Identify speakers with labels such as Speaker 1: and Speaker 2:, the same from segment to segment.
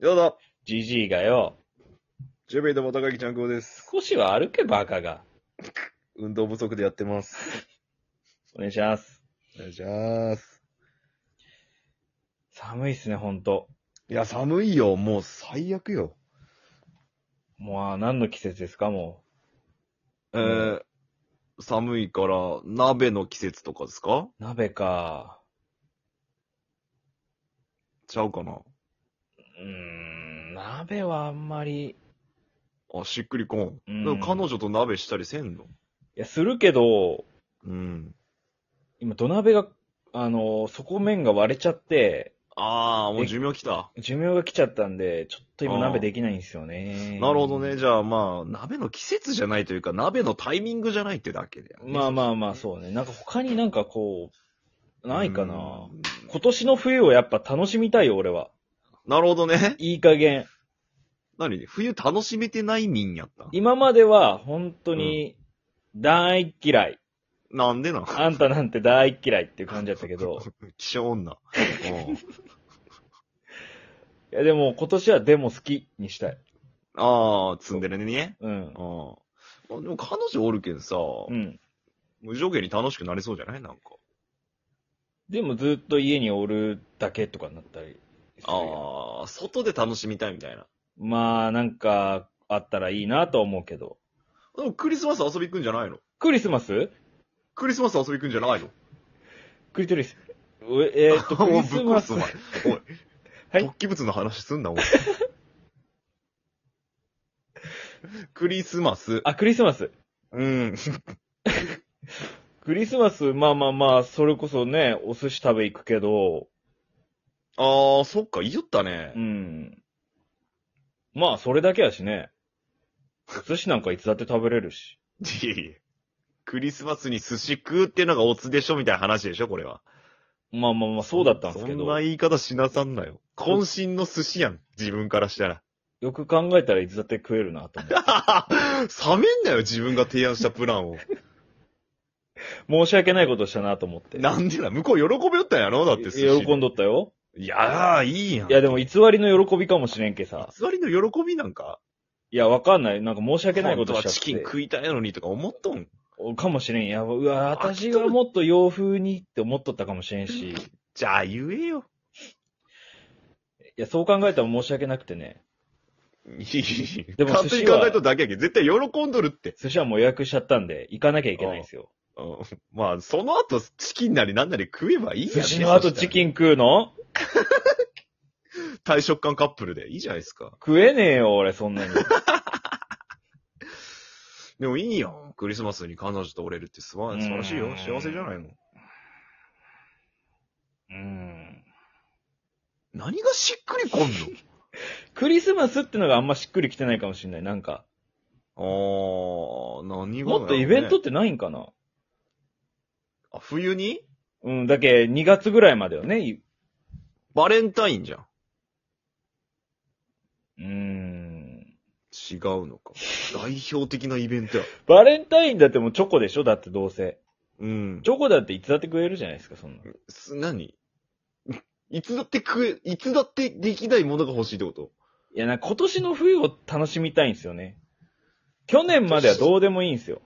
Speaker 1: よだ
Speaker 2: じじいがよ、
Speaker 1: ジェベイとも高木ちゃんこです。
Speaker 2: 少しは歩けバカが。
Speaker 1: 運動不足でやってます。
Speaker 2: お願いします。
Speaker 1: お願いします。
Speaker 2: 寒いっすね、ほんと。
Speaker 1: いや、寒いよ。もう最悪よ。
Speaker 2: もう、何の季節ですか、も
Speaker 1: えー、寒いから、鍋の季節とかですか
Speaker 2: う。鍋か。
Speaker 1: ちゃうかな
Speaker 2: うーん、鍋はあんまり。
Speaker 1: あ、しっくりこん。
Speaker 2: うん
Speaker 1: でも彼女と鍋したりせんの
Speaker 2: いや、するけど、
Speaker 1: うん。
Speaker 2: 今、土鍋が、あの、底面が割れちゃって、
Speaker 1: あー、もう寿命来た。
Speaker 2: 寿命が来ちゃったんで、ちょっと今鍋できないんですよね。
Speaker 1: なるほどね。。じゃあまあ、鍋の季節じゃないというか、鍋のタイミングじゃないってだけで、
Speaker 2: まあまあまあ、そうね。なんか他になんかこう、ないかな
Speaker 1: う。ん。
Speaker 2: 今年の冬をやっぱ楽しみたいよ、俺は。
Speaker 1: なるほどね。
Speaker 2: いい加減。
Speaker 1: 何冬楽しめてない民やった。
Speaker 2: 今までは本当に大嫌い。
Speaker 1: なんでなん
Speaker 2: あんたなんて大嫌いっていう感じだったけ ど。
Speaker 1: 気象女。うん
Speaker 2: いやでも今年はでも好きにしたい。
Speaker 1: ああ、ツンデレね。
Speaker 2: うん。
Speaker 1: うん。あでも彼女おるけんさ、
Speaker 2: うん。
Speaker 1: 無条件に楽しくなりそうじゃないなんか。
Speaker 2: でもずっと家におるだけとかになったりするやん
Speaker 1: ああ、外で楽しみたいみたいな。
Speaker 2: まあなんかあったらいいなとは思うけど。
Speaker 1: でもクリスマス遊び行くんじゃないの
Speaker 2: クリスマス
Speaker 1: クリスマス遊び行くんじゃないの
Speaker 2: クリトリス。うえーっと、クリスマス
Speaker 1: お。前お前お。
Speaker 2: はいい
Speaker 1: 突起物の話すん な、お前。クリスマス。
Speaker 2: あ、クリスマス。
Speaker 1: うん。
Speaker 2: クリスマス、まあまあまあ、それこそね、お寿司食べ行くけど、
Speaker 1: ああ、そっか、言ったね
Speaker 2: う。ん。まあ、それだけやしね。お寿司なんかいつだって食べれるし。
Speaker 1: いやいや。クリスマスに寿司食うっていうのがオツでしょみたいな話でしょ、これは。
Speaker 2: まあまあまあ、そうだったんですけ
Speaker 1: そん
Speaker 2: ど
Speaker 1: な。言い方しなさんなよ。渾身の寿司やん。自分からしたら。
Speaker 2: よく考えたらいつだって食えるなと思う。
Speaker 1: 冷めんなよ、自分が提案したプランを。
Speaker 2: 申し訳ないことしたなと思って。
Speaker 1: なんでだ、向こう喜びよったんやろだって寿司。
Speaker 2: 喜んどったよ。
Speaker 1: いやー、いいやん。
Speaker 2: いや、でも偽りの喜びかもしれんけさ。
Speaker 1: 座りの喜びなんか。
Speaker 2: いや、わかんない。なんか申し訳ないこと
Speaker 1: 本
Speaker 2: しち
Speaker 1: 当
Speaker 2: ゃ
Speaker 1: は
Speaker 2: って。
Speaker 1: チキン食いたいのにとか思っとん。
Speaker 2: かもしれん。いや、うわ、私がもっと洋風にって思っとったかもしれんし。い
Speaker 1: じゃあ言えよ。
Speaker 2: や、そう考えたら申し訳なくてね。
Speaker 1: で
Speaker 2: でも
Speaker 1: 勝手に
Speaker 2: 寿司は
Speaker 1: 考えただけやけど、絶対喜んどるって。
Speaker 2: 寿司はもう予約しちゃったんで、行かなきゃいけないんですよ。
Speaker 1: うんまあ、その後、チキンなりなんなり食えばいいやん、
Speaker 2: 寿司の後チキン食うの
Speaker 1: ン。大食感カップルで。いいじゃないですか。
Speaker 2: 食えねえよ、俺、そん なに。
Speaker 1: でもいいやん。クリスマスに彼女とおれるってすば素晴らしいよ
Speaker 2: う。ん
Speaker 1: 幸せじゃないの。
Speaker 2: うん。
Speaker 1: 何がしっくりこん
Speaker 2: クリスマスってのがあんましっくりきてないかもしれない、なんか。
Speaker 1: のあー、何がだろうね、
Speaker 2: もっとイベントってないんかな
Speaker 1: あ、冬に
Speaker 2: うん、だけ2月ぐらいまでよね。い
Speaker 1: バレンタインじゃん。
Speaker 2: うーん。
Speaker 1: 違うのか。代表的なイベントや。
Speaker 2: バレンタインだってもうチョコでしょだってどうせ。
Speaker 1: うん。
Speaker 2: チョコだっていつだって食えるじゃないですか、そんな。
Speaker 1: す、何 いつだって食え、いつだってできないものが欲しいってこと
Speaker 2: いや、なんか今年の冬を楽しみたいんですよね。去年まではどうでもいいんですよ。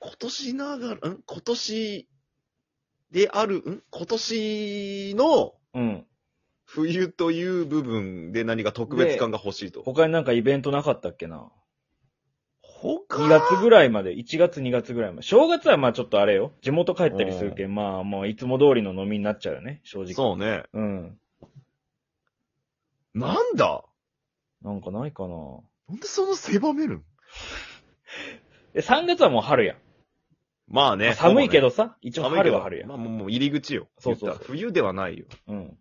Speaker 1: 今年ながら、ん今年である、ん今年の
Speaker 2: うん。
Speaker 1: 冬という部分で何か特別感が欲しいと。
Speaker 2: 他になんかイベントなかったっけな。
Speaker 1: ほか
Speaker 2: 2月ぐらいまで、1月2月ぐらいまで。正月はまあちょっとあれよ。地元帰ったりするけん、まあもういつも通りの飲みになっちゃうよね、正直。
Speaker 1: そうね。
Speaker 2: うん。
Speaker 1: なんだ
Speaker 2: なんかないかな。
Speaker 1: なんでそんな狭めるん
Speaker 2: え、3月はもう春やん。
Speaker 1: まあね。
Speaker 2: 寒いけ
Speaker 1: ど、
Speaker 2: どさ、一応春は春やん。
Speaker 1: まあもうもう入り口よ。
Speaker 2: そうそうそう
Speaker 1: 言ったら冬ではないよ。
Speaker 2: うん。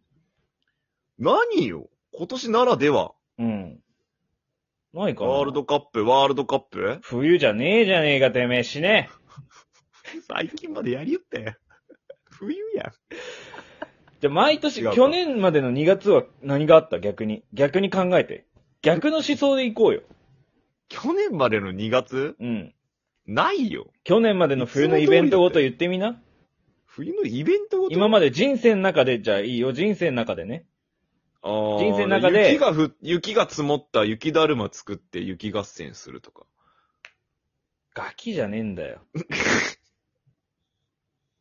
Speaker 1: 何よ今年ならでは。
Speaker 2: うん。ないかな。
Speaker 1: ワールドカップ、ワールドカップ
Speaker 2: 冬じゃねえじゃねえか、てめえ、しね
Speaker 1: 最近までやりよったよ。 冬や
Speaker 2: え。じゃ、毎
Speaker 1: 違
Speaker 2: 年、
Speaker 1: うか
Speaker 2: 去年までの2月は何があった逆に。逆に考えて。逆の思想でいこうよ。
Speaker 1: 去年までの2月
Speaker 2: うん。
Speaker 1: ないよ。
Speaker 2: 去年までの冬のイベントごと言ってみな。
Speaker 1: 冬のイベントごと
Speaker 2: 今まで人生の中で、じゃあいいよ、人生の中でね。
Speaker 1: あー
Speaker 2: 人生の中で
Speaker 1: 雪がふ、雪が積もった雪だるま作って雪合戦するとか。
Speaker 2: ガキじゃねえんだよ。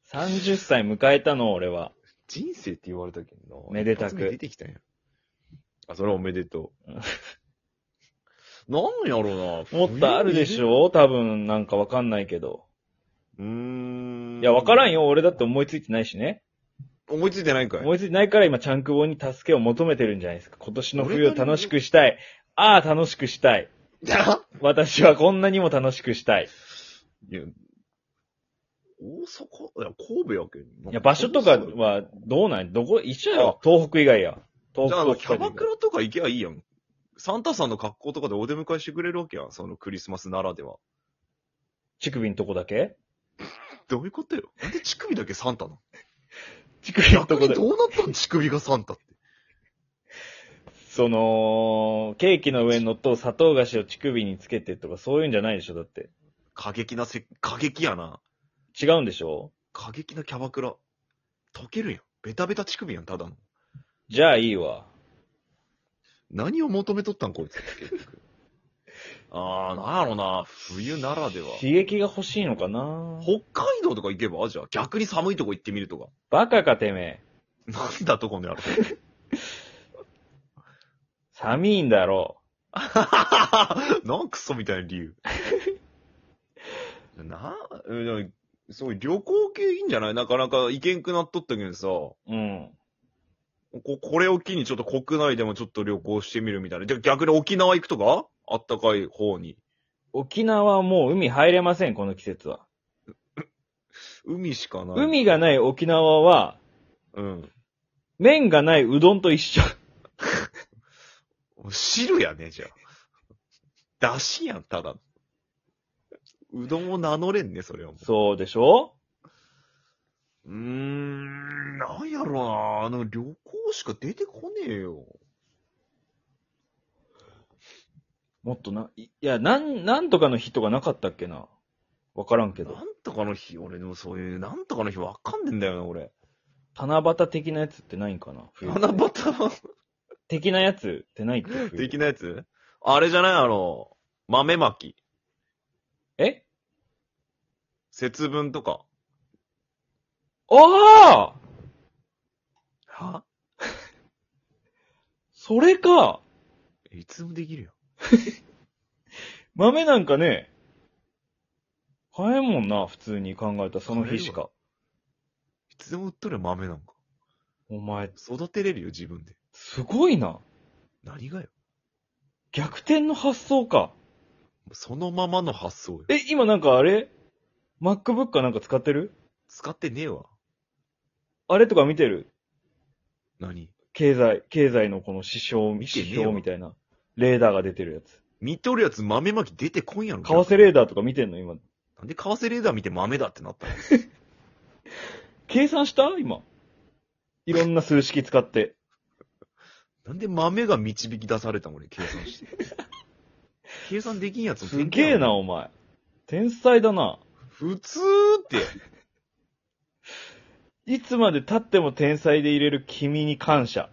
Speaker 2: 30歳迎えたの、俺は。
Speaker 1: 人生って言われたけどな。
Speaker 2: めでた
Speaker 1: 一
Speaker 2: く
Speaker 1: 発目出てきたんや。あ、それはおめでと う。なんやろうな。
Speaker 2: もっとあるでしょ多分、なんかわかんないけど。
Speaker 1: うーん。
Speaker 2: いや、わからん。よ。俺だって思いついてないしね。
Speaker 1: 思いついてないんかい。
Speaker 2: 思いついてないから今、チャンクボに助けを求めてるんじゃないですか。今年の冬を楽しくしたい。ああ、楽しくしたい。
Speaker 1: いや
Speaker 2: 私はこんなにも楽しくしたい。
Speaker 1: いや、大阪、いや、神戸やけん。
Speaker 2: いや、場所とかはどうなんどこ、一緒やろ東北以外や。東
Speaker 1: じゃ
Speaker 2: 北
Speaker 1: あ、あの、
Speaker 2: と
Speaker 1: キ
Speaker 2: 北
Speaker 1: ャ
Speaker 2: で
Speaker 1: バクラとか行けばいいやん。サンタさんの格好とかでお出迎えしてくれるわけやん。そのクリスマスならでは。
Speaker 2: 乳首のとこだけ
Speaker 1: どういうことよ。なんで乳首だけサンタなの
Speaker 2: 乳首の
Speaker 1: 逆
Speaker 2: とこ
Speaker 1: に
Speaker 2: だけ
Speaker 1: どうなったん乳首がサンタって。
Speaker 2: その、ケーキの上に乗っと砂糖菓子を乳首につけてとかそういうんじゃないでしょだって。
Speaker 1: 過激なせ、過激やな。
Speaker 2: 違うんでしょ
Speaker 1: 過激なキャバクラ。溶けるやん。ベタベタ乳首やん、ただの。
Speaker 2: じゃあいいわ。
Speaker 1: 何を求めとったん、こいつ。結局あー、なんやろな。冬ならでは。
Speaker 2: 刺激が欲しいのかな
Speaker 1: 北海道とか行けばじゃあ、逆に寒いとこ行ってみるとか。
Speaker 2: バカかてめえ。
Speaker 1: なんだとこの野郎。
Speaker 2: 寒いんだろ
Speaker 1: なんクソみたいな理由。 なあ、えでもそういう旅行系いいんじゃないなかなか行けんくなっとったけどさ、こ
Speaker 2: う。うん。
Speaker 1: これを機にちょっと国内でもちょっと旅行してみるみたいな。じゃあ逆に沖縄行くとかあったかい方に。
Speaker 2: 沖縄はもう海入れません、この季節は。
Speaker 1: 海しかない。
Speaker 2: 海がない沖縄は、
Speaker 1: うん。
Speaker 2: 麺がないうどんと一緒。
Speaker 1: 汁やね、じゃあ。だしやん、ただ。うどんを名乗れんね、それはもう。
Speaker 2: そうでしょ
Speaker 1: うーん、なんやろな。あの、旅行しか出てこねえよ。
Speaker 2: もっとな、いいや、なん、なんとかの日とかなかったっけなわからんけど
Speaker 1: な。んとかの日、俺でもそういう、なんとかの日わかんねえんだよな、俺。
Speaker 2: 七夕的なやつってないんかな冬
Speaker 1: 七夕
Speaker 2: 的なやつってないって冬
Speaker 1: 的なやつあれじゃないあの、豆まき。
Speaker 2: え
Speaker 1: 節分とか。
Speaker 2: ああ
Speaker 1: は
Speaker 2: それか
Speaker 1: いつでもできるよ。
Speaker 2: 豆なんかね、早いもんな、普通に考えたその日しか。
Speaker 1: いつでも売っとる豆なんか。
Speaker 2: お前、
Speaker 1: 育てれるよ、自分で。
Speaker 2: すごいな。
Speaker 1: 何がよ。
Speaker 2: 逆転の発想か。
Speaker 1: そのままの発想よ。
Speaker 2: え、今なんかあれ ?MacBook かなんか使ってる
Speaker 1: 使ってねえわ。
Speaker 2: あれとか見てる
Speaker 1: 何
Speaker 2: 経済、経済のこの指標、指
Speaker 1: てねえわ
Speaker 2: 標みたいな。レーダーが出てるやつ。
Speaker 1: 見とるやつ豆まき出てこんやろ。
Speaker 2: 為替レー
Speaker 1: ダ
Speaker 2: ダーとか見てんの今。
Speaker 1: ー。なんで為替レーダー見て豆だってなったの
Speaker 2: 計算した今。いろんな数式使 って。
Speaker 1: なんで豆が導き出されたの俺、計算 して。計算できんやつの
Speaker 2: す
Speaker 1: 典型
Speaker 2: げえ
Speaker 1: やもん
Speaker 2: な、お前。天才だな。
Speaker 1: 普通って。
Speaker 2: いつまで経っても天才でいれる君に感謝。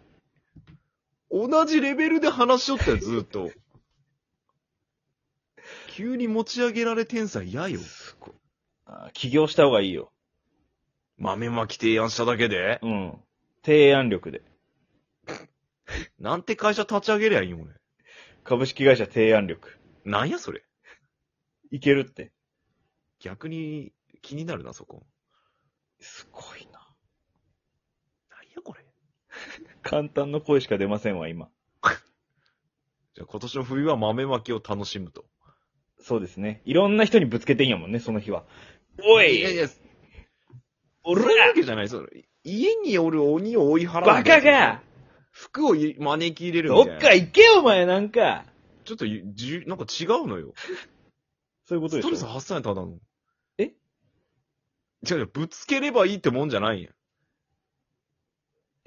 Speaker 1: 同じレベルで話しよったよ、ずーっと。急に持ち上げられ天才嫌よ。
Speaker 2: すごい。あー起業した方がいいよ。
Speaker 1: 豆まき提案しただけで。
Speaker 2: うん。提案力で。
Speaker 1: なんて会社立ち上げりゃいいよ、俺。
Speaker 2: 株式会社提案力。
Speaker 1: なんや、それ。
Speaker 2: いけるって。
Speaker 1: 逆に気になるな、そこ。
Speaker 2: すごいな。
Speaker 1: なんや、これ。
Speaker 2: 簡単な声しか出ませんわ、今。
Speaker 1: じゃあ今年の冬は豆まきを楽しむと。
Speaker 2: そうですね。いろんな人にぶつけていいんやもんね、その日は。おい
Speaker 1: いやいや、そ
Speaker 2: お
Speaker 1: う
Speaker 2: ら
Speaker 1: いうわけじゃない、それ。家におる鬼を追い払う。
Speaker 2: バカが
Speaker 1: 服をい招き入れるみ
Speaker 2: ど
Speaker 1: たいな。
Speaker 2: っか行けよ、お前、なんか
Speaker 1: ちょっとゆ、じゅなんか違うのよ。
Speaker 2: そういうこと
Speaker 1: スト
Speaker 2: で
Speaker 1: レ
Speaker 2: し
Speaker 1: ス
Speaker 2: ょ
Speaker 1: 発散や、ただの。
Speaker 2: え
Speaker 1: 違う違う、ぶつければいいってもんじゃないんや。
Speaker 2: い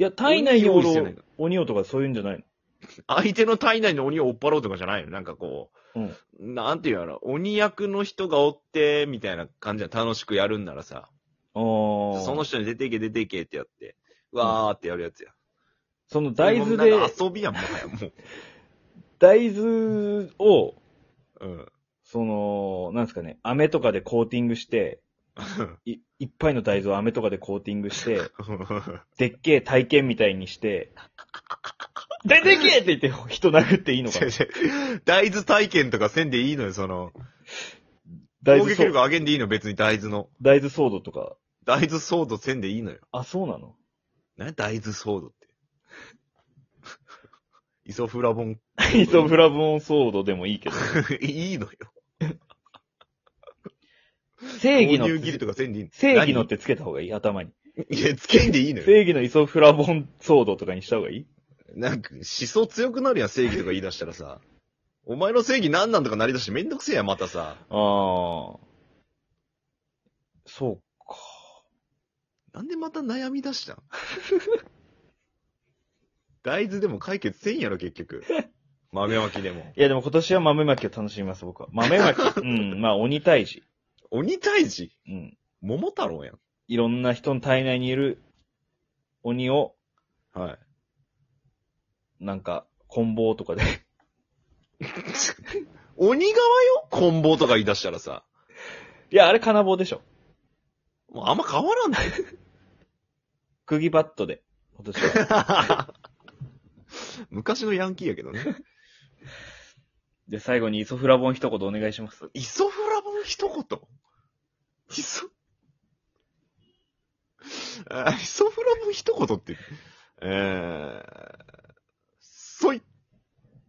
Speaker 2: や、体内にお
Speaker 1: 鬼用意してない
Speaker 2: る
Speaker 1: か
Speaker 2: 鬼をとかそういうんじゃないの
Speaker 1: 相手の体内の鬼を追っ払うとかじゃないのなんかこ
Speaker 2: うん。
Speaker 1: う、なんていうやろ、鬼役の人がおって、みたいな感じで楽しくやるんならさ、
Speaker 2: あー
Speaker 1: その人に出ていけ出ていけってやって、わーってやるやつや。
Speaker 2: その大
Speaker 1: も
Speaker 2: 豆
Speaker 1: うなん
Speaker 2: で、
Speaker 1: か遊びやん、もはや、もう。
Speaker 2: 大豆を、
Speaker 1: うん。
Speaker 2: その、なんですかね、飴とかでコーティングして、いいっぱいの大豆を飴とかでコーティン グして、でっけえ体験みたいにして、出てけえって言って人殴っていいの か
Speaker 1: 違う
Speaker 2: な
Speaker 1: 違う大豆体験とかせんでいいのよ、その。
Speaker 2: 大
Speaker 1: 攻
Speaker 2: 豆
Speaker 1: 撃
Speaker 2: ソ
Speaker 1: 力
Speaker 2: ード。
Speaker 1: 上げんでいいの、別に大豆の。
Speaker 2: 大豆ソードとか。
Speaker 1: 大豆ソードせんでいいのよ。
Speaker 2: あ、そうなの
Speaker 1: なに大豆ソードって。 イソフラボン、
Speaker 2: イソフラボンソードでもいいけど。
Speaker 1: いいのよ。
Speaker 2: 正義の
Speaker 1: 牛切りとかせんでいいの。
Speaker 2: 正義のってつけた方がいい、頭に。
Speaker 1: 何い や、つけんでいいのよ。
Speaker 2: 正義のイソフラボン騒動とかにした方がいい
Speaker 1: なんか、思想強くなるやん、正義とか言い出したらさ。お前の正義何なんとかなりだしてめんどくせえやん、またさ。
Speaker 2: ああ。そうか。
Speaker 1: なんでまた悩み出したん 大豆でも解決せんやろ、結局。豆まきでも。
Speaker 2: いやでも今年は豆まきを楽しみます、僕は。豆まき。うん。まあ鬼退治。
Speaker 1: 鬼退治
Speaker 2: うん。
Speaker 1: 桃太郎やん。
Speaker 2: いろんな人の体内にいる鬼を、
Speaker 1: はい。
Speaker 2: なんか、棍棒とかで。
Speaker 1: 鬼側よ棍棒とか言い出したらさ。
Speaker 2: いや、あれ金棒でしょ。
Speaker 1: もうあんま変わらんね。
Speaker 2: 釘バットで。今年 は。
Speaker 1: 昔のヤンキーやけどね。
Speaker 2: で、最後にイソフラボン一言お願いします。
Speaker 1: イソフラボン一言イソ、あイソフラボン一言って、えー、